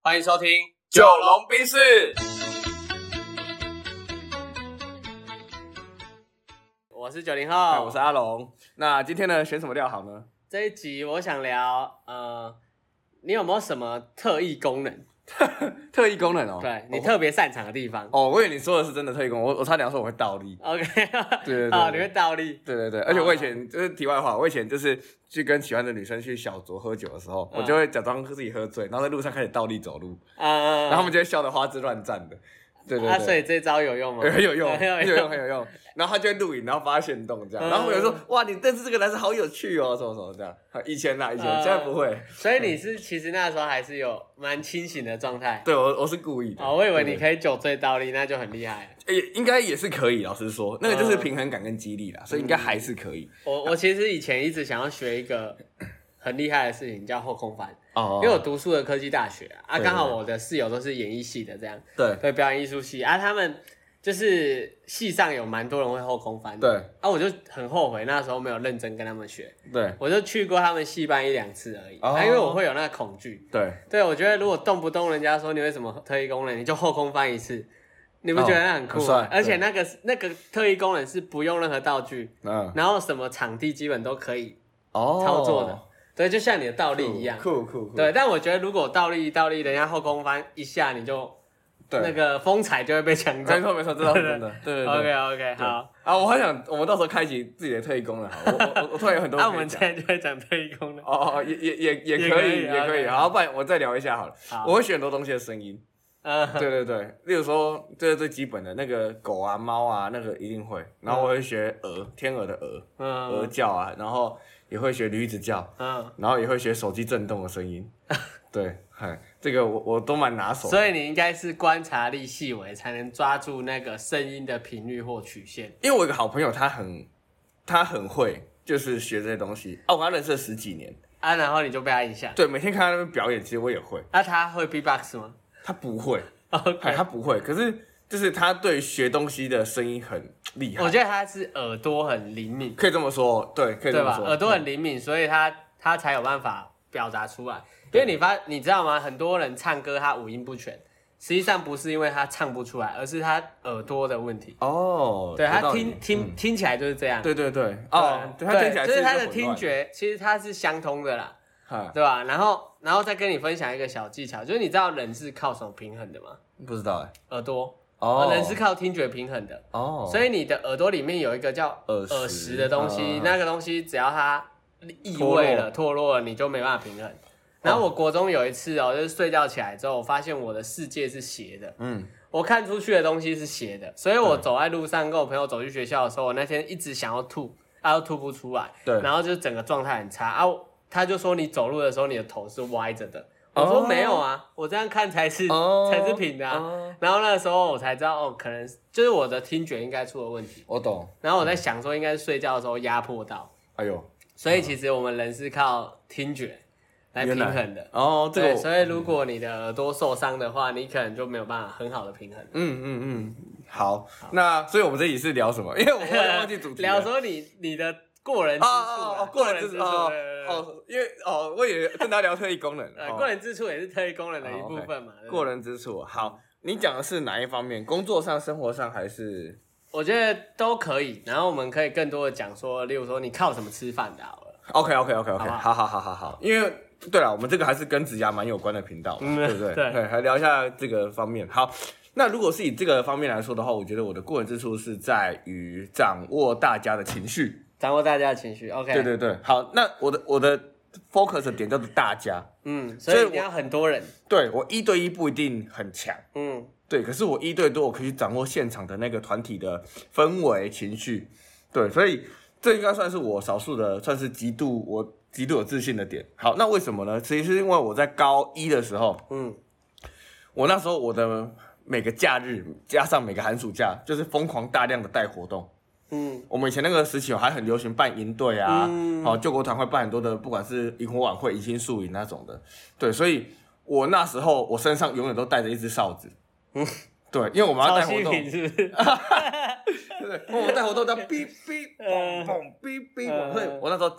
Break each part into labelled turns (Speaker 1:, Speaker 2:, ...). Speaker 1: 欢迎收听《
Speaker 2: 九龙冰室，
Speaker 1: 哎我是九零
Speaker 2: 嗨
Speaker 1: 后，
Speaker 2: 哎我是阿龙。那今天呢，选什么料好呢？
Speaker 1: 这一集我想聊，呃，你有没有什么特异功能？
Speaker 2: 特异功能哦。
Speaker 1: 对你
Speaker 2: 哦
Speaker 1: 特别擅长的地方。
Speaker 2: 哦，我以为你说的是真的特异功能，我我差点要说我会倒立。
Speaker 1: OK，
Speaker 2: 对对
Speaker 1: 啊，你会倒立，
Speaker 2: 对对对，而且我以前就是题外话，我以前就是去跟喜欢的女生去小酌喝酒的时候，
Speaker 1: 嗯
Speaker 2: 我就会假装自己喝醉，然后在路上开始倒立走路，
Speaker 1: 啊，
Speaker 2: 然后他们就会笑得花枝乱颤的。对对
Speaker 1: 啊，所
Speaker 2: 对。
Speaker 1: 以这招有用吗？
Speaker 2: 很有用，
Speaker 1: 很有
Speaker 2: 很有用，
Speaker 1: 用
Speaker 2: 很有用。然后他就会录影，然后发现动这
Speaker 1: 嗯
Speaker 2: 样。然后我有时候哇，你认识这个男生好有趣哦，什么什么这样。以前啦，以前
Speaker 1: 嗯
Speaker 2: 现在不会。
Speaker 1: 所以你是其实那时候还是有蛮清醒的状态。
Speaker 2: 对我，我是故意的。
Speaker 1: 哦，我以为
Speaker 2: 对
Speaker 1: 你可以酒醉倒立，那就很厉害了。
Speaker 2: 也应该也是可以，老实说，那个就是平衡感跟激励啦，所以应该还是可以。
Speaker 1: 我我其实以前一直想要学一个很厉害的事情，叫后空翻，
Speaker 2: 哦
Speaker 1: 因为我读书的科技大学啊，啊
Speaker 2: 对
Speaker 1: 刚好
Speaker 2: 对
Speaker 1: 我的室友都是演艺系的，这样
Speaker 2: 对
Speaker 1: 对表演艺术系啊，他们就是系上有蛮多人会后空翻的，
Speaker 2: 对
Speaker 1: 啊，我就很后悔那时候没有认真跟他们学，
Speaker 2: 对
Speaker 1: 我就去过他们戏班一两次而已，
Speaker 2: 哦
Speaker 1: 啊，因为我会有那个恐惧，
Speaker 2: 对，
Speaker 1: 对我觉得如果动不动人家说你为什么特异功能，你就后空翻一次。你不觉得那很酷
Speaker 2: 哦
Speaker 1: 吗？
Speaker 2: 很帅
Speaker 1: 而且
Speaker 2: 对
Speaker 1: 那个那个特异功能是不用任何道具，
Speaker 2: 嗯
Speaker 1: 然后什么场地基本都可以
Speaker 2: 哦
Speaker 1: 操作的，对，就像你的倒立一样。
Speaker 2: 酷酷酷，
Speaker 1: 对，但我觉得如果倒立倒立，人家后空翻一下，你就
Speaker 2: 对
Speaker 1: 那个风采就会被抢走
Speaker 2: 没。错没错，这倒是真 的，对对对。
Speaker 1: OK OK，好，
Speaker 2: 啊，我还想，我们到时候开启自己的特异功能好了，我我我突然 有很多
Speaker 1: 那啊我
Speaker 2: 可以
Speaker 1: 们
Speaker 2: 讲
Speaker 1: 现在就会讲特异功能。
Speaker 2: 哦哦，也也也
Speaker 1: 也
Speaker 2: 也可
Speaker 1: 可以
Speaker 2: 以，也可以，
Speaker 1: OK
Speaker 2: 好，不然我再聊一下 好了。
Speaker 1: 好
Speaker 2: 我会选很多东西的声 音，
Speaker 1: 嗯，
Speaker 2: 对对对，例如说这是最基本的那个狗啊、猫啊，那个一定会。然后我会学鹅，天鹅的鹅，鹅
Speaker 1: 嗯
Speaker 2: 叫啊，然后也会学驴子叫，
Speaker 1: 嗯，
Speaker 2: 然后也会学手机震动的 声音。对，嗨，这个我我都蛮拿手的。
Speaker 1: 所以你应该是观察力细微，才能抓住那个声音的频率或曲线。
Speaker 2: 因为我有一个好朋友，他很他很会，就是学这些东西。哦、我跟他认识了十几年，
Speaker 1: 啊，然后你就被他影响。
Speaker 2: 对，每天看他那边表演，其实我也会。
Speaker 1: 那他会 B-box 吗
Speaker 2: 他不会，嗨，
Speaker 1: ？OK，
Speaker 2: 他不会，可是就是他对学东西的声音很厉害。
Speaker 1: 我觉得他是耳朵很灵敏。
Speaker 2: 可以这么说，对，可
Speaker 1: 对
Speaker 2: 以这么
Speaker 1: 吧？
Speaker 2: 说。
Speaker 1: 耳朵很灵敏，所以他他才有办法表达出来。因为你发你知道吗？很多人唱歌他五音不全，实际上不是因为他唱不出来，而是他耳朵的问题。
Speaker 2: 哦，
Speaker 1: 对
Speaker 2: 有道
Speaker 1: 他
Speaker 2: 理
Speaker 1: 听，听、听起来就是这样。
Speaker 2: 对对对，哦，
Speaker 1: 对，
Speaker 2: 对他听起来
Speaker 1: 就是
Speaker 2: 一个
Speaker 1: 他的
Speaker 2: 混
Speaker 1: 听
Speaker 2: 乱，
Speaker 1: 觉，啊其实它是相通的啦，
Speaker 2: 嗨，
Speaker 1: 对吧？然后然后再跟你分享一个小技巧，就是你知道人是靠什么平衡的吗？
Speaker 2: 不知道哎，
Speaker 1: 耳朵，
Speaker 2: 哦，
Speaker 1: 人是靠听觉平衡的。
Speaker 2: 哦，
Speaker 1: 所
Speaker 2: 以
Speaker 1: 以你的耳朵里面有一个叫
Speaker 2: 耳石
Speaker 1: 耳石的东西，
Speaker 2: 嗯
Speaker 1: 那个东西只要它异味了、脱落了，你就没办法平
Speaker 2: 哦
Speaker 1: 衡。然后我国中有一次哦，就是睡觉起来之后，我发现我的世界是斜的，
Speaker 2: 嗯，
Speaker 1: 我看出去的东西是斜的，所以我走在路上，跟我朋友走去学校的时候，我那天一直想要吐，啊，又吐不出来，
Speaker 2: 对
Speaker 1: 然后就整个状态很差啊。他就说你走路的时候你的头是歪着的，我说
Speaker 2: 哦
Speaker 1: 没有啊，我这样看才是、
Speaker 2: 哦
Speaker 1: 才是平的、啊。
Speaker 2: 哦
Speaker 1: 然后那个时候我才知道，哦，可能就是我的听觉应该出了问题。
Speaker 2: 我懂。
Speaker 1: 然后我在想说，应该是睡觉的时候压迫到，
Speaker 2: 哎呦，
Speaker 1: 所以其实我们人是靠听觉来平衡的。
Speaker 2: 哦，这个
Speaker 1: 对，
Speaker 2: 我
Speaker 1: 所以如果你的耳朵受伤的话，你可能就没有办法很好的平衡。
Speaker 2: 嗯嗯嗯，好，那所以我们这里是聊什么？因为我忽然忘记主题 了。
Speaker 1: 聊说你你的过人
Speaker 2: 哦
Speaker 1: 之处
Speaker 2: 哦
Speaker 1: 啊
Speaker 2: 哦，过人之处哦
Speaker 1: 对对对对
Speaker 2: 哦，因为哦，我以为真的要聊特异功能。
Speaker 1: 呃
Speaker 2: 哦
Speaker 1: 过人之处也是特异功能的一部分嘛。对不对
Speaker 2: 过，人之处，好，你讲的是哪一方面？工作上、生活上还是？
Speaker 1: 我觉得都可以。然后我们可以更多的讲说，例如说你靠什么吃饭的好了。
Speaker 2: OK OK OK OK，
Speaker 1: 好不
Speaker 2: 好好好好好，因为对了，我们这个还是跟指甲蛮有关的频道嘛，
Speaker 1: 嗯
Speaker 2: 对不对？
Speaker 1: 对
Speaker 2: 还聊一下这个方面。好，那如果是以这个方面来说的话，我觉得我的过人之处是在于掌握大家的情绪。
Speaker 1: 掌握大家的情绪，OK，
Speaker 2: 对，对对，好，那我的我的 focus 的点叫做大家，
Speaker 1: 嗯，所以
Speaker 2: 所以
Speaker 1: 一定
Speaker 2: 我
Speaker 1: 要很多人，
Speaker 2: 对我一对一不一定很强，
Speaker 1: 嗯，
Speaker 2: 对，可是我一对多，我可以去掌握现场的那个团体的氛围、情绪，对，所以这应该算是我少数的，算是极度我极度有自信的点。好，那为什么呢？其实是因为我在高一的时候，
Speaker 1: 嗯，
Speaker 2: 我那时候我的每个假日加上每个寒暑假，就是疯狂大量的带活动。
Speaker 1: 嗯，
Speaker 2: 我们以前那个时期还很流行办营队啊，
Speaker 1: 嗯
Speaker 2: 好、救国团会办很多的，不管是萤火晚会、迎新树影那种的，对，所以我那时候我身上永远都带着一支哨子，对，因为我们要
Speaker 1: 嗯超
Speaker 2: 带活
Speaker 1: 新
Speaker 2: 动，
Speaker 1: 品是不是？
Speaker 2: 对，我们带活动叫哔哔嘣嘣哔哔
Speaker 1: 嗯
Speaker 2: 嘣，所以我那时候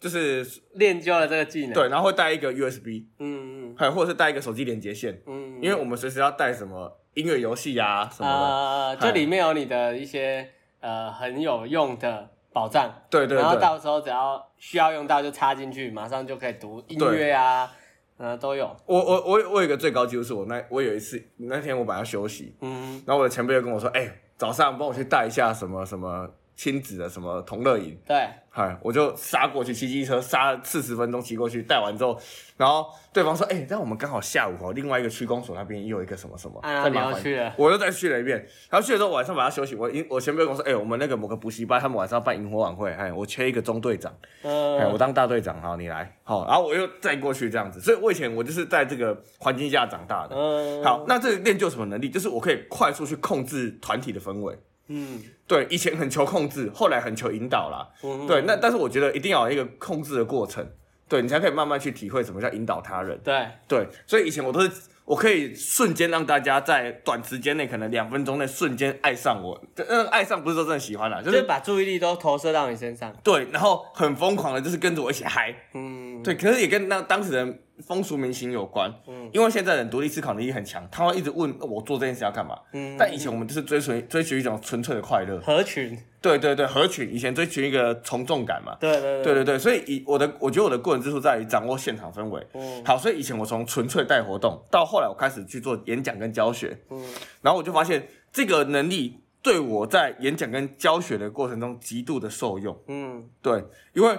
Speaker 2: 就是
Speaker 1: 练就了这个技能。，
Speaker 2: 对，然后会带一个 USB，
Speaker 1: 嗯嗯
Speaker 2: 还有或者是带一个手机连接线，
Speaker 1: 嗯，
Speaker 2: 因为我们随时要带什么音乐游戏啊什么的。
Speaker 1: 呃，就里面有你的一些呃很有用的宝藏，
Speaker 2: 对对
Speaker 1: 然后
Speaker 2: 对，
Speaker 1: 到时候只要需要用到就插进去，马上就可以读音乐啊，呃都有。
Speaker 2: 我我我有我有一个最高纪录是我那我有一次那天我本来要休息，
Speaker 1: 嗯，
Speaker 2: 然后我的前辈就跟我说，哎、早上帮我去带一下什么什么亲子的什么同乐营，
Speaker 1: 对，
Speaker 2: 嗨，哎我就杀过去，骑机车杀四十分钟骑过去，带完之后，然后对方说：“哎、那我们刚好下午哦，另外一个区公所那边也有一个什么什么，
Speaker 1: 啊
Speaker 2: 再麻
Speaker 1: 你要
Speaker 2: 烦
Speaker 1: 去了
Speaker 2: 我又再去了一遍。然后去了之后晚上把他休息，我因我前辈跟我说：“哎、我们那个某个补习班他们晚上要办萤火晚会，哎，我缺一个中队长，哎，我
Speaker 1: 嗯，
Speaker 2: 当大队长，好，你来，好。”然后我又再过去这样子，所以我以前我就是在这个环境下长大的。
Speaker 1: 嗯，
Speaker 2: 好，，那这个练就什么能力？就是我可以快速去控制团体的氛围。
Speaker 1: 嗯，
Speaker 2: 对，以前很求控制，后来很求引导啦。
Speaker 1: 嗯
Speaker 2: 对，那但是我觉得一定要有一个控制的过程，对你才可以慢慢去体会什么叫引导他人。
Speaker 1: 对，
Speaker 2: 对，所以以前我都是我可以瞬间让大家在短时间内，可能两分钟内瞬间爱上我。这那个爱上不是说真的喜欢啦，就
Speaker 1: 就是
Speaker 2: 是
Speaker 1: 把注意力都投射到你身上。
Speaker 2: 对，然后很疯狂的，就是跟着我一起嗨。
Speaker 1: 嗯，
Speaker 2: 对，可是也跟那当时的风俗民情有关。嗯，因为现在人独立思考能力很强，他会一直问呃我做这件事要干嘛。
Speaker 1: 嗯
Speaker 2: 但以前我们就是追随追求一种纯粹的快乐。
Speaker 1: 合群，
Speaker 2: 对对对，合群，以前追求一个从众感嘛。
Speaker 1: 对对
Speaker 2: 对对对，所以以我的，我觉得我的过人之处在于掌握现场氛围。
Speaker 1: 嗯
Speaker 2: 好，所以以前我从纯粹带活动，到后来我开始去做演讲跟教学，
Speaker 1: 嗯
Speaker 2: 然后我就发现这个能力对我在演讲跟教学的过程中极度的受用。
Speaker 1: 嗯
Speaker 2: 对，因为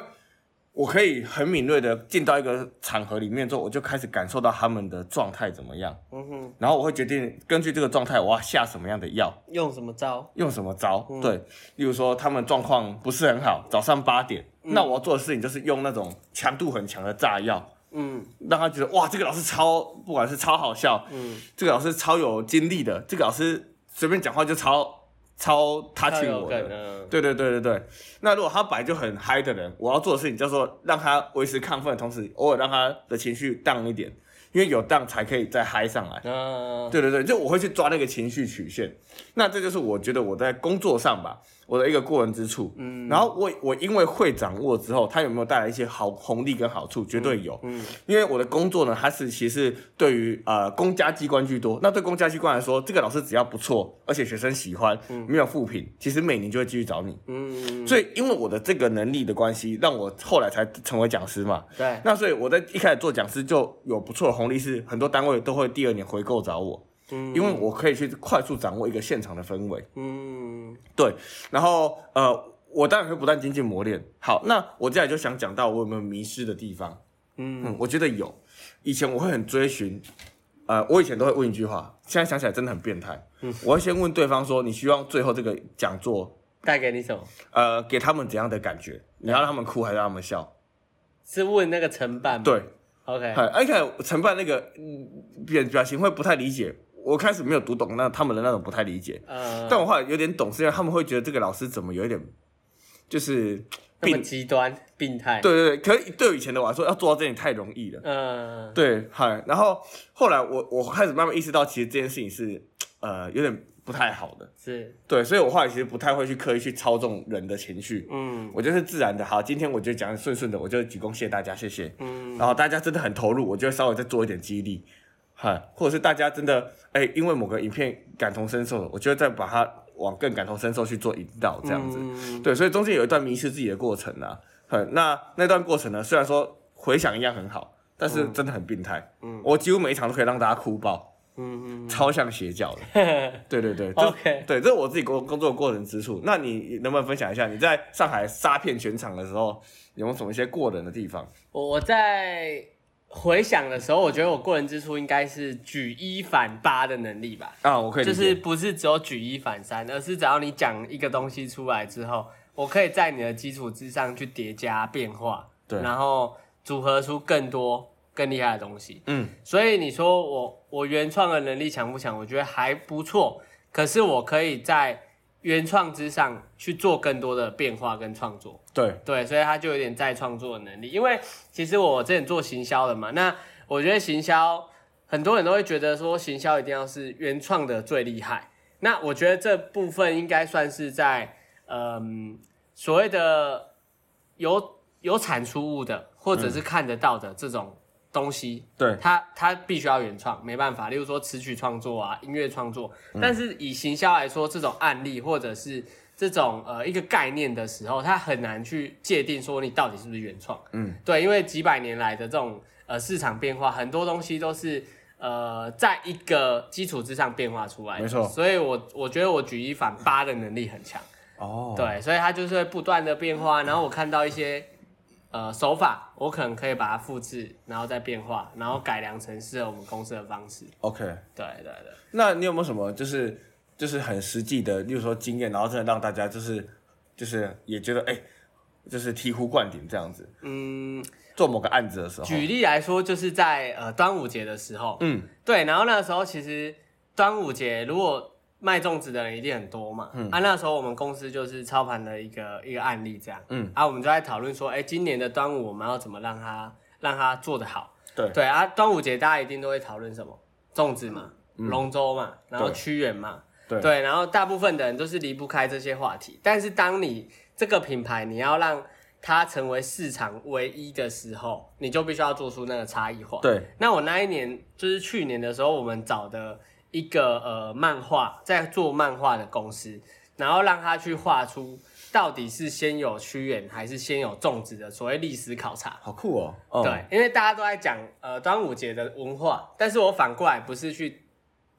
Speaker 2: 我可以很敏锐的进到一个场合里面之后，我就开始感受到他们的状态怎么样，
Speaker 1: 嗯哼，
Speaker 2: 然后我会决定根据这个状态，我要下什么样的药。
Speaker 1: 用什么招？
Speaker 2: 用什么招？
Speaker 1: 嗯
Speaker 2: 对，例如说他们状况不是很好，早上八点，那我要做的事情就是用那种强度很强的炸药，
Speaker 1: 嗯
Speaker 2: 让他觉得哇，这个老师超，不管是超好笑，
Speaker 1: 嗯，
Speaker 2: 这个老师超有精力的，这个老师随便讲话就超超他
Speaker 1: 太
Speaker 2: 请
Speaker 1: 有
Speaker 2: 我
Speaker 1: 梗啊
Speaker 2: 的。
Speaker 1: 了。
Speaker 2: 对对对对对，那如果他本来就很嗨的人，我要做的事情叫做让他维持亢奋，同时偶尔让他的情绪荡一点，因为有荡才可以再嗨上来。
Speaker 1: 嗯，
Speaker 2: 对对对，就我会去抓那个情绪曲线，那这就是我觉得我在工作上吧，我的一个过人之处。嗯，然后我我因为会掌握之后，它有没有带来一些好红利跟好处？绝对有。嗯，因为我的工作呢，它是其实对于呃公家机关居多。那对公家机关来说，这个老师只要不错，而且学生喜欢，没有负评，其实每年就会继续找你。
Speaker 1: 嗯，
Speaker 2: 所以因为我的这个能力的关系，让我后来才成为讲师嘛。
Speaker 1: 对，
Speaker 2: 那所以我在一开始做讲师就有不错的红利，是很多单位都会第二年回购找我，
Speaker 1: 嗯
Speaker 2: 因为我可以去快速掌握一个现场的氛围，
Speaker 1: 嗯
Speaker 2: 对，然后呃，我当然会不断精进磨练。好，那我接下来就想讲到我有没有迷失的地方，
Speaker 1: 嗯
Speaker 2: 嗯，我觉得有，以前我会很追寻。呃，我以前都会问一句话，现在想起来真的很变态。
Speaker 1: 嗯
Speaker 2: 我会先问对方说：“你希望最后这个讲座，
Speaker 1: 带给你什么？
Speaker 2: 呃，给他们怎样的感觉？你要让他们哭还是让他们笑
Speaker 1: 是问那个承办？”吗？
Speaker 2: 对，
Speaker 1: ，OK，
Speaker 2: 很，哎而且我承办那个嗯表表情会不太理解，我开始没有读懂那他们的那种不太理解，
Speaker 1: 呃，
Speaker 2: 但我后来有点懂，是因为他们会觉得这个老师怎么有一点就是
Speaker 1: 那么
Speaker 2: 病，
Speaker 1: 极端病态，，
Speaker 2: 对对对，可是对以前的我来说，要做到这点太容易了，
Speaker 1: 嗯，
Speaker 2: 对，嗨，然后后来我我开始慢慢意识到，其实这件事情是呃有点不太好的，
Speaker 1: 是，
Speaker 2: 对，所以我后来其实不太会去刻意去操纵人的情绪，
Speaker 1: 嗯
Speaker 2: 我就是自然的，好，今天我就讲得顺顺的，我就鞠躬谢大家，谢谢。
Speaker 1: 嗯
Speaker 2: 然后大家真的很投入，我就会稍微再做一点激励，嗨，或者是大家真的哎、因为某个影片感同身受了，我就会再把它往更感同身受去做引导，这样子。
Speaker 1: 嗯
Speaker 2: 对，所以中间有一段迷失自己的过程啊，很那那段过程呢，虽然说回想一样很好，但是真的很病态。嗯，我几乎每一场都可以让大家哭爆，
Speaker 1: 嗯
Speaker 2: 超像邪教的。
Speaker 1: 嗯，
Speaker 2: 对对对 这
Speaker 1: OK
Speaker 2: 对，这是我自己工工作的过人之处。那你能不能分享一下你在上海杀骗全场的时候，有没有什么一些过人的地方？
Speaker 1: 我我在回想的时候，我觉得我过人之处应该是举一反八的能力吧，
Speaker 2: 啊，我可以
Speaker 1: 就
Speaker 2: 理解
Speaker 1: 是不是只有举一反三，而是只要你讲一个东西出来之后，我可以在你的基础之上去叠加变化，
Speaker 2: 对
Speaker 1: 然后组合出更多更厉害的东西。
Speaker 2: 嗯
Speaker 1: 所以你说我我原创的能力强不强？我觉得还不错，可是我可以在原创之上去做更多的变化跟创作。
Speaker 2: 对
Speaker 1: 对，所以他就有点再创作的能力。因为其实我之前做行销的嘛，那我觉得行销很多人都会觉得说行销一定要是原创的最厉害。那我觉得这部分应该算是在嗯所谓的有有产出物的，或者是看得到的这种东西，
Speaker 2: 对
Speaker 1: 它它必须要原创，没办法。例如说词曲创作啊，音乐创作，
Speaker 2: 嗯
Speaker 1: 但是以行销来说，这种案例或者是这种呃一个概念的时候，它很难去界定说你到底是不是原创。
Speaker 2: 嗯，
Speaker 1: 对，因为几百年来的这种呃市场变化，很多东西都是。呃，在一个基础之上变化出来的，
Speaker 2: 没错
Speaker 1: 所以我我觉得我举一反八的能力很强。
Speaker 2: 哦，
Speaker 1: 对，所以它就是会不断的变化。然后我看到一些呃手法，我可能可以把它复制，然后再变化，然后改良成适合我们公司的方式。
Speaker 2: ，OK。
Speaker 1: 对对对，
Speaker 2: 那你有没有什么就是就是很实际的，例如说经验，然后真的让大家就是就是也觉得哎、就是醍醐灌顶这样子？
Speaker 1: 嗯，
Speaker 2: 做某个案子的时候，
Speaker 1: 举例来说，就是在呃端午节的时候，
Speaker 2: 嗯，
Speaker 1: 对，然后那个时候其实端午节如果卖粽子的人一定很多嘛，嗯，啊，那时候我们公司就是操盘的一个一个案例这样，
Speaker 2: 嗯，
Speaker 1: 啊，我们就在讨论说，哎、今年的端午我们要怎么让它让它做得好。
Speaker 2: 对
Speaker 1: 对啊，端午节大家一定都会讨论什么粽子嘛、龙舟嘛，然后屈原嘛，
Speaker 2: 嗯对
Speaker 1: 对，然后大部分的人都是离不开这些话题。但是当你这个品牌你要让它成为市场唯一的时候，你就必须要做出那个差异化。，
Speaker 2: 对，
Speaker 1: 那我那一年就是去年的时候，我们找的一个呃漫画在做漫画的公司，然后让他去画出到底是先有屈原还是先有粽子的所谓历史考察。
Speaker 2: 好酷哦，哦
Speaker 1: 对，，因为大家都在讲呃端午节的文化，但是我反过来不是去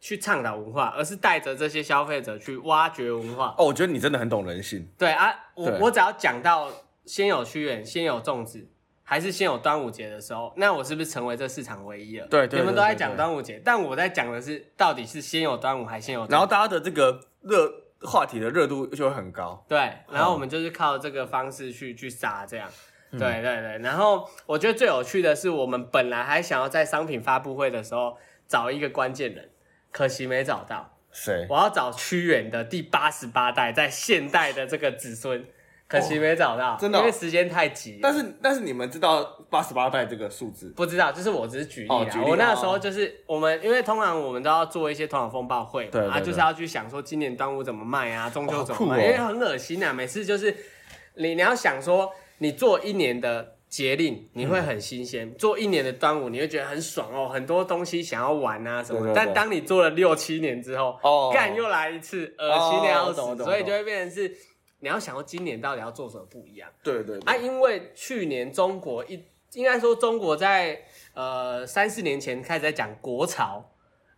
Speaker 1: 去倡导文化，而是带着这些消费者去挖掘文化。
Speaker 2: 哦，我觉得你真的很懂人性，
Speaker 1: 对啊，我
Speaker 2: 对
Speaker 1: 我只要讲到先有屈原，先有粽子，还是先有端午节的时候，那我是不是成为这市场唯一了？
Speaker 2: 对对
Speaker 1: 你们
Speaker 2: 对
Speaker 1: 都在
Speaker 2: 对
Speaker 1: 讲
Speaker 2: 对
Speaker 1: 端午节，但我在讲的是到底是先有端午还是先有粽子
Speaker 2: 然后大家的这个热话题的热度就会很高，
Speaker 1: 对，然后我们就是靠这个方式去去杀这样。
Speaker 2: 嗯
Speaker 1: 对对对，然后我觉得最有趣的是，我们本来还想要在商品发布会的时候找一个关键人，可惜没找到。
Speaker 2: 谁？
Speaker 1: 我要找屈原的第八十八代，在现代的这个子孙，可惜没找到，
Speaker 2: 真的哦
Speaker 1: 因为时间太急了。
Speaker 2: 但是但是你们知道八十八代这个数字，
Speaker 1: 不知道，就是我只是举例啦。啊
Speaker 2: 哦举例
Speaker 1: 我那时候就是我们，因为通常我们都要做一些头脑风暴会嘛，
Speaker 2: 对对
Speaker 1: 啊，
Speaker 2: 对
Speaker 1: 就是要去想说今年端午怎么卖啊，中秋怎么
Speaker 2: 好酷
Speaker 1: 卖，
Speaker 2: 哦
Speaker 1: 因为很恶心啊，每次就是你你要想说你做一年的。节令你会很新鲜，
Speaker 2: 嗯
Speaker 1: 做一年的端午你会觉得很爽哦，很多东西想要玩啊什么的。
Speaker 2: 对对对
Speaker 1: 但当你做了六七年之后，
Speaker 2: 哦
Speaker 1: 干又来一次，恶心的要
Speaker 2: 我
Speaker 1: 死，
Speaker 2: 懂我懂
Speaker 1: 所以
Speaker 2: 我懂
Speaker 1: 就会变成是你要想说今年到底要做什么不一样。
Speaker 2: 对对
Speaker 1: 啊，
Speaker 2: 对，
Speaker 1: 因为去年中国一应该说中国在呃三四年前开始在讲国潮，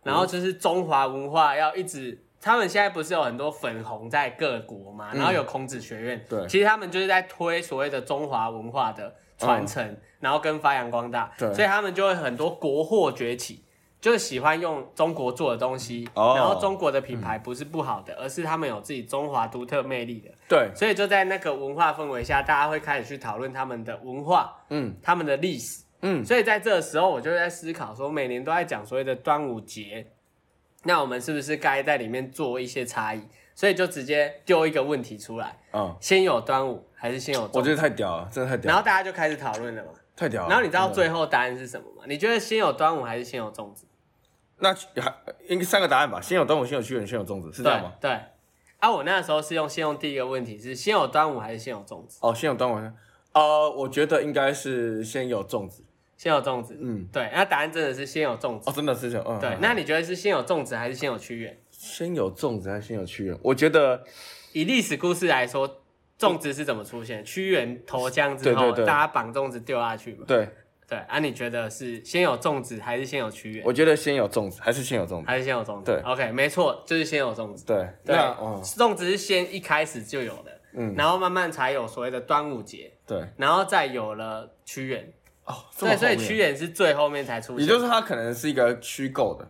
Speaker 1: 然后就是中华文化要一直，他们现在不是有很多粉红在各国嘛，然后有孔子学院，
Speaker 2: 嗯对
Speaker 1: 其实他们就是在推所谓的中华文化的传承，然后跟发扬光大，
Speaker 2: 嗯对
Speaker 1: 所以他们就会很多国货崛起。就是喜欢用中国做的东西，
Speaker 2: 哦嗯
Speaker 1: 然后中国的品牌不是不好的，而是他们有自己中华独特魅力的。
Speaker 2: 对，
Speaker 1: 所以就在那个文化氛围下，大家会开始去讨论他们的文化、
Speaker 2: 嗯
Speaker 1: 他们的历史。
Speaker 2: 嗯，
Speaker 1: 所以在这个时候，我就在思考说，每年都在讲所谓的端午节，那我们是不是该在里面做一些差异？所以就直接丢一个问题出来：
Speaker 2: 嗯，
Speaker 1: 先有端午还是先有
Speaker 2: 我
Speaker 1: 粽？
Speaker 2: 觉得太屌了，真的太屌
Speaker 1: 然
Speaker 2: 了，
Speaker 1: 后大家就开始讨论了嘛。
Speaker 2: 太屌了。嗯
Speaker 1: 然后你知道
Speaker 2: 真的
Speaker 1: 最后答案是什么吗？你觉得先有端午还是先有粽子？
Speaker 2: 那还应该三个答案吧？先有端午，先有屈原，先有粽子，是这样吗？
Speaker 1: 对。对啊，我那时候是用先用第一个问题是先有端午还是先有粽子？
Speaker 2: 哦，先有端午，呃，我觉得应该是先有粽子，
Speaker 1: 先有粽子。
Speaker 2: 嗯，
Speaker 1: 对，那答案真的是先有粽子
Speaker 2: 哦，。真的是这样，嗯，
Speaker 1: 对
Speaker 2: 嗯，
Speaker 1: 那你觉得是先有粽子还是先有屈原？
Speaker 2: 先有粽子还是先有屈原？我觉得
Speaker 1: 以历史故事来说，粽子是怎么出现？屈原投江之后，
Speaker 2: 对对对
Speaker 1: 大家绑粽子丢下去嘛。
Speaker 2: 对，
Speaker 1: 对啊，你觉得是先有粽子还是先有屈原，
Speaker 2: 我觉得先有粽子还是先有粽子，
Speaker 1: 还是先有粽子？
Speaker 2: 对
Speaker 1: ，OK，没错，就是先有粽子。
Speaker 2: 对，
Speaker 1: 对，
Speaker 2: 那哦，
Speaker 1: 粽子是先一开始就有的，
Speaker 2: 嗯
Speaker 1: 然后慢慢才有所谓的端午节，
Speaker 2: 对，
Speaker 1: 然后再有了屈原。
Speaker 2: 哦，这么
Speaker 1: 对，所以
Speaker 2: 后面
Speaker 1: 屈，原是最后面才出
Speaker 2: 也
Speaker 1: 现。
Speaker 2: 就是它可能是一个虚构的，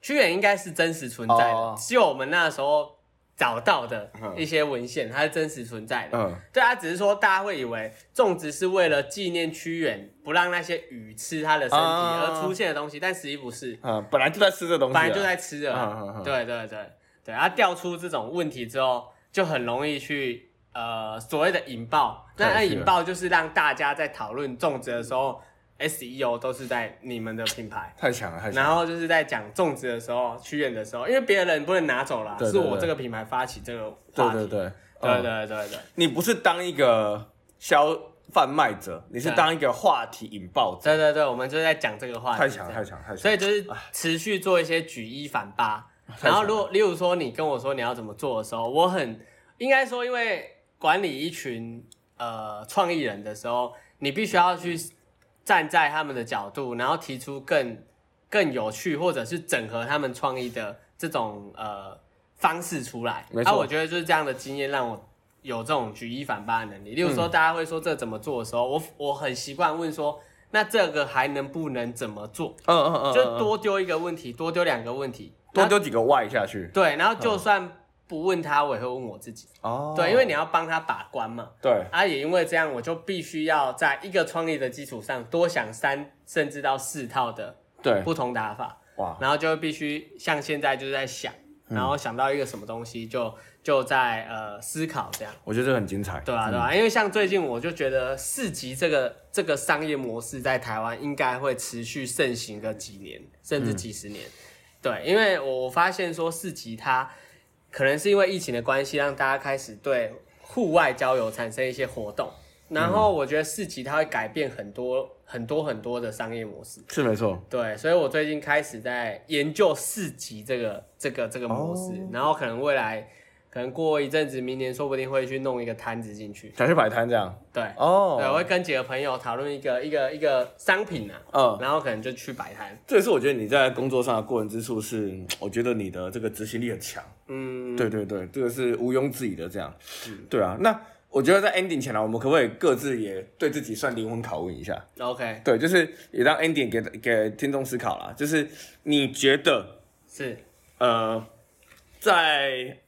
Speaker 1: 屈原应该是真实存在的，
Speaker 2: 哦
Speaker 1: 就我们那时候找到的
Speaker 2: 嗯
Speaker 1: 一些文献，它是真实存在的。
Speaker 2: 嗯，
Speaker 1: 对啊，只是说大家会以为粽子是为了纪念屈原，不让那些鱼吃他的身体
Speaker 2: 啊
Speaker 1: 而出现的东西，但实际不是，
Speaker 2: 嗯，本来就在吃这东西啊，
Speaker 1: 本来就在吃的。
Speaker 2: 嗯嗯嗯
Speaker 1: 对对对对，啊，调出这种问题之后，就很容易去呃所谓的引爆。那
Speaker 2: 对
Speaker 1: 那
Speaker 2: 是
Speaker 1: 引爆就是让大家在讨论粽子的时候，SEO 都是在你们的品牌。
Speaker 2: 太强了，太强
Speaker 1: 然
Speaker 2: 了，
Speaker 1: 后就是在讲粽子的时候，屈原的时候，因为别人不能拿走啦，
Speaker 2: 对对
Speaker 1: 是我
Speaker 2: 对
Speaker 1: 这个品牌发起这个话
Speaker 2: 对
Speaker 1: 题。
Speaker 2: 对对，
Speaker 1: 对
Speaker 2: 嗯，
Speaker 1: 对对对
Speaker 2: 你不是当一个消贩卖者，你是
Speaker 1: 对
Speaker 2: 当一个话题引爆者，
Speaker 1: 对对对，我们就在讲这个话题，
Speaker 2: 太强
Speaker 1: 这样
Speaker 2: 太强太强
Speaker 1: 所。以就是持续做一些举一反 八。然后如果例如说你跟我说你要怎么做的时候，我很应该说，因为管理一群呃创意人的时候，你必须要去
Speaker 2: 嗯
Speaker 1: 站在他们的角度，然后提出更更有趣或者是整合他们创意的这种呃方式出来。
Speaker 2: 没
Speaker 1: 啊，
Speaker 2: 错
Speaker 1: 我觉得就是这样的经验让我。有这种举一反八的
Speaker 2: 嗯
Speaker 1: 能力，例如说大家会说这怎么做的时候，我我很习惯问说，那这个还能不能怎么做？
Speaker 2: 嗯嗯嗯，
Speaker 1: 就多丢一个问题，多丢两个问题，
Speaker 2: 多
Speaker 1: 然后
Speaker 2: 丢几个 Y 下去
Speaker 1: 对，然后就算不问他，我也会问我自己，
Speaker 2: 哦
Speaker 1: 对，因为你要帮他把关嘛。
Speaker 2: 对
Speaker 1: 啊，也因为这样，我就必须要在一个创意的基础上多想三甚至到四套的
Speaker 2: 对
Speaker 1: 不同打法，
Speaker 2: 哇
Speaker 1: 然后就必须像现在就是在想，
Speaker 2: 嗯
Speaker 1: 然后想到一个什么东西就就在呃思考这样，
Speaker 2: 我觉得这很精彩。
Speaker 1: 对啊对啊，因为像最近我就觉得市集这个这个商业模式在台湾应该会持续盛行个几年，甚至几十年。对，因为我发现说市集它可能是因为疫情的关系，让大家开始对户外郊游产生一些活动。然后我觉得市集它会改变很多很多很多的商业模式。
Speaker 2: 嗯是没错，
Speaker 1: 对，所以我最近开始在研究市集这个这个这个模式，然后可能未来可能过一阵子，明年说不定会去弄一个摊子进去。
Speaker 2: 想去摆摊这样
Speaker 1: 对，对，我
Speaker 2: 哦。
Speaker 1: 会跟几个朋友讨论一个一个一个商品啊，
Speaker 2: 嗯，
Speaker 1: 然后可能就去摆摊。
Speaker 2: 这也是我觉得你在工作上的过人之处是，我觉得你的这个执行力很强。
Speaker 1: 嗯，
Speaker 2: 对对对，这个是毋庸置疑的。这样，对啊。那我觉得在 ending 前呢、我们可不可以各自也对自己算灵魂拷问一下？
Speaker 1: ，OK，
Speaker 2: 对，就是也让 ending 给给听众思考啦。就是你觉得，
Speaker 1: 是
Speaker 2: 呃，在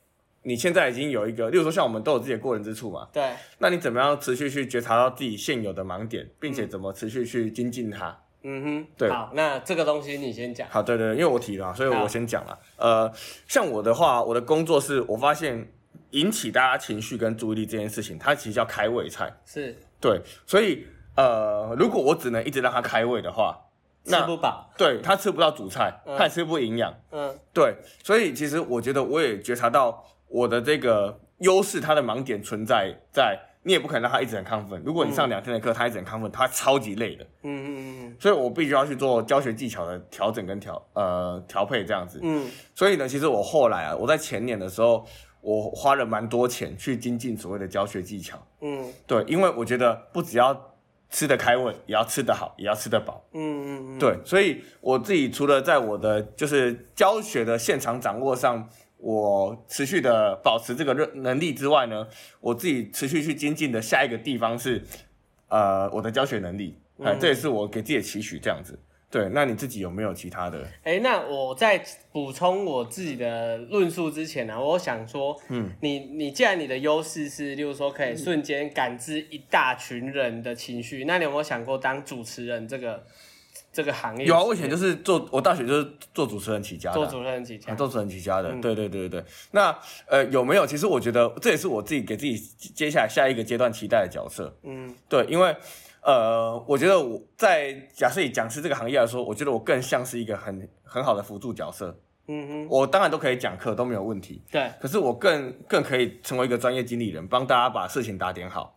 Speaker 2: 你现在已经有一个，例如说像我们都有自己的过人之处嘛，
Speaker 1: 对，
Speaker 2: 那你怎么样持续去觉察到自己现有的盲点，并
Speaker 1: 嗯
Speaker 2: 且怎么持续去精进它？
Speaker 1: 嗯哼，
Speaker 2: 对
Speaker 1: 好，那这个东西你先讲。
Speaker 2: 好，对对，对因为我提了嘛，啊所以我先讲了。呃，像我的话，我的工作是我发现引起大家情绪跟注意力这件事情，它其实叫开胃菜。
Speaker 1: 是
Speaker 2: 对，所以呃，如果我只能一直让它开胃的话，
Speaker 1: 吃
Speaker 2: 那
Speaker 1: 不饱，
Speaker 2: 对它吃不到主菜，它也吃不营养。
Speaker 1: 嗯，
Speaker 2: 对，所以其实我觉得我也觉察到我的这个优势，它的盲点存在在。你也不可能让它一直很亢奋。如果你上两天的课，它一直很亢奋，它超级累的。
Speaker 1: 嗯嗯嗯
Speaker 2: 所以我必须要去做教学技巧的调整跟调呃调配这样子。
Speaker 1: 嗯，
Speaker 2: 所以呢，其实我后来啊，我在前年的时候，我花了蛮多钱去精进所谓的教学技巧。
Speaker 1: 嗯
Speaker 2: 对，因为我觉得不只要吃得开胃，也要吃得好，也要吃得饱。
Speaker 1: 嗯嗯嗯，
Speaker 2: 对，所以我自己除了在我的就是教学的现场掌握上，我持续的保持这个热能力之外呢，我自己持续去精进的下一个地方是，呃，我的教学能力，
Speaker 1: 嗯
Speaker 2: 哎、这也是我给自己的期许，这样子。对，那你自己有没有其他的？
Speaker 1: 哎，那我在补充我自己的论述之前呢、我想说，嗯，你你既然你的优势是，例如说可以瞬间感知一大群人的情绪，那你有没有想过当主持人这个这个行业？
Speaker 2: 有啊，我以前就是做，我大学就是做主持人起家的啊，
Speaker 1: 做主持人几
Speaker 2: 啊，
Speaker 1: 家，
Speaker 2: 做主持人起家的，
Speaker 1: 嗯
Speaker 2: 对对对对对。那呃有没有？其实我觉得这也是我自己给自己接下来下一个阶段期待的角色。
Speaker 1: 嗯，
Speaker 2: 对，因为呃，我觉得我在假设以讲师这个行业来说，我觉得我更像是一个很很好的辅助角色。
Speaker 1: 嗯哼，
Speaker 2: 我当然都可以讲课，都没有问题。
Speaker 1: 对，
Speaker 2: 可是我更更可以成为一个专业经理人，帮大家把事情打点好。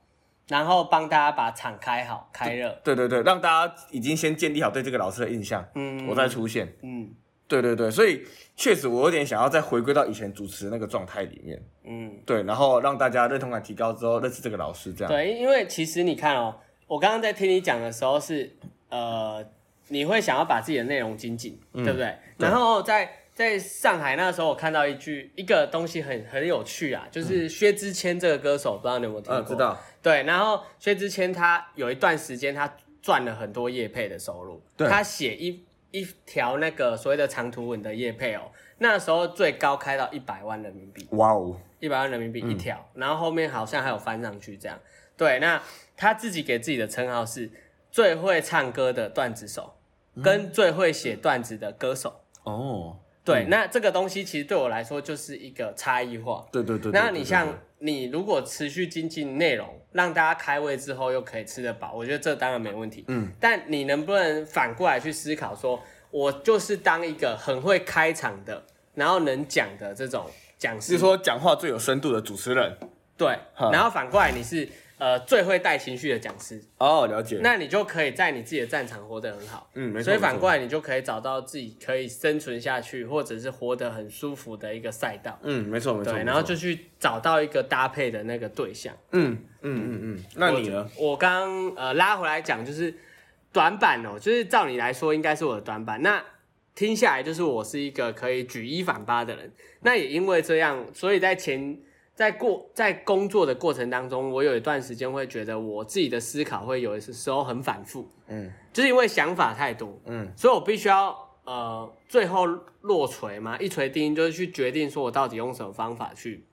Speaker 1: 然后帮大家把场开好，开热，
Speaker 2: 对对对，让大家已经先建立好对这个老师的印象，
Speaker 1: 嗯
Speaker 2: 我再出现。
Speaker 1: 嗯
Speaker 2: 对对对，所以确实我有点想要再回归到以前主持那个状态里面，
Speaker 1: 嗯，
Speaker 2: 对，然后让大家认同感提高之后认识这个老师这样。
Speaker 1: 对，因因为其实你看哦，我刚刚在听你讲的时候是，呃，你会想要把自己的内容精进，对不对？
Speaker 2: 嗯对
Speaker 1: 然后在在上海那时候，我看到一句一个东西很很有趣啊，就是薛之谦这个歌手，不知道你有没有听过？
Speaker 2: 嗯嗯，知。道，
Speaker 1: 对，然后薛之谦他有一段时间他赚了很多业配的收入，
Speaker 2: 对
Speaker 1: 他写一一条那个所谓的长图文的业配哦，那时候最高开到一百万人民币。
Speaker 2: 哇哦，
Speaker 1: 一百万人民币一条，然后后面好像还有翻上去这样。对，那他自己给自己的称号是最会唱歌的段子手，
Speaker 2: 嗯
Speaker 1: 跟最会写段子的歌手。
Speaker 2: 哦，
Speaker 1: 对，那这个东西其实对我来说就是一个差异化。
Speaker 2: 对对对
Speaker 1: 那你像你如果持续精进内容，让大家开胃之后又可以吃得饱，我觉得这当然没问题。嗯，但你能不能反过来去思考说，我就是当一个很会开场的，然后能讲的这种讲师
Speaker 2: 是，说讲话最有深度的主持人，
Speaker 1: 对
Speaker 2: 哈，
Speaker 1: 然后反过来你是呃最会带情绪的讲师，
Speaker 2: 哦，了解。
Speaker 1: 那你就可以在你自己的战场活得很好。
Speaker 2: 嗯，没错。
Speaker 1: 所以反过
Speaker 2: 来，
Speaker 1: 来，你就可以找到自己可以生存下去，或者是活得很舒服的一个赛道。
Speaker 2: 嗯，没错没错。
Speaker 1: 对，
Speaker 2: 没
Speaker 1: 然后
Speaker 2: 错
Speaker 1: 就去找到一个搭配的那个对象。
Speaker 2: 嗯嗯嗯嗯，那你呢？
Speaker 1: 我刚呃拉回来讲，就是短板哦、就是照你来说应该是我的短板。那听下来就是我是一个可以举一反八的人。那也因为这样，所以在前在过在工作的过程当中，我有一段时间会觉得我自己的思考会有时候很反复，
Speaker 2: 嗯
Speaker 1: 就是因为想法太多，
Speaker 2: 嗯
Speaker 1: 所以我必须要呃最后落锤嘛，一锤定音，就是去决定说我到底用什么方法去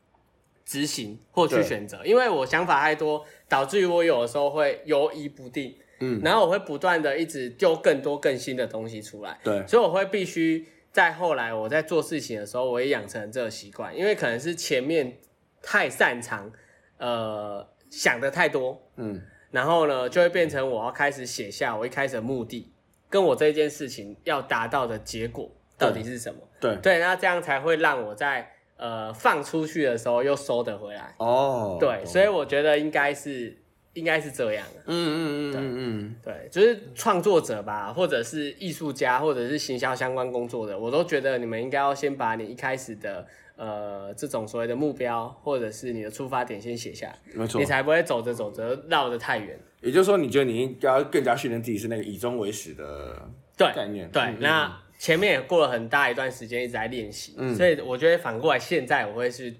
Speaker 1: 执行或去
Speaker 2: 对
Speaker 1: 选择，因为我想法太多，导致于我有的时候会犹疑不定，
Speaker 2: 嗯，
Speaker 1: 然后我会不断的一直丢更多更新的东西出来，
Speaker 2: 对，
Speaker 1: 所以我会必须在后来我在做事情的时候，我也养成这个习惯，因为可能是前面太擅长，呃，想的太多，
Speaker 2: 嗯
Speaker 1: 然后呢，就会变成我要开始写下我一开始的目的，跟我这件事情要达到的结果到底是什么。
Speaker 2: 对。
Speaker 1: 对，那这样才会让我在呃放出去的时候又收得回来。
Speaker 2: 哦，
Speaker 1: 对，所
Speaker 2: 以
Speaker 1: 以我觉得应该是应该是这样啊。
Speaker 2: 嗯嗯嗯嗯
Speaker 1: 对，就是创作者吧，或者是艺术家，或者是行销相关工作者，我都觉得你们应该要先把你一开始的呃这种所谓的目标，或者是你的出发点先写下来，
Speaker 2: 嗯，没错
Speaker 1: 你。才不会走着走着绕得太远。
Speaker 2: 也就是说，你觉得你应该要更加训练自己是那个以终为始的
Speaker 1: 对，
Speaker 2: 概念。
Speaker 1: 对
Speaker 2: 嗯，
Speaker 1: 那前面也过了很大一段时间一直在练习，
Speaker 2: 嗯
Speaker 1: 所以我觉得反过来，现在我会是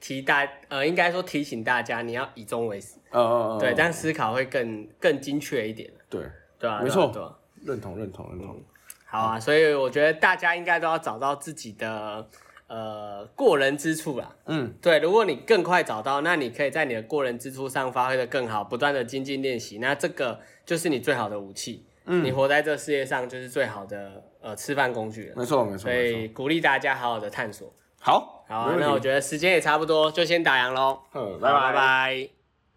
Speaker 1: 提大呃，应该说提醒大家，你要以终为始，
Speaker 2: 哦哦哦，
Speaker 1: 对，这样思考会更更精确一点，
Speaker 2: 对，
Speaker 1: 对啊，
Speaker 2: 没
Speaker 1: 对啊
Speaker 2: 错
Speaker 1: 对啊
Speaker 2: 认同认同认同。
Speaker 1: 好啊，所以我觉得大家应该都要找到自己的呃过人之处啦。
Speaker 2: 嗯，
Speaker 1: 对，如果你更快找到，那你可以在你的过人之处上发挥的更好，不断的精进练习，那这个就是你最好的武器。嗯，你活在这世界上就是最好的呃吃饭工具了。
Speaker 2: 没错没错
Speaker 1: 所
Speaker 2: 没错。
Speaker 1: 以鼓励大家好好的探索。
Speaker 2: 好，
Speaker 1: 好啊、
Speaker 2: 没问题
Speaker 1: 那我觉得时间也差不多，就先打烊喽。
Speaker 2: 嗯，
Speaker 1: 拜拜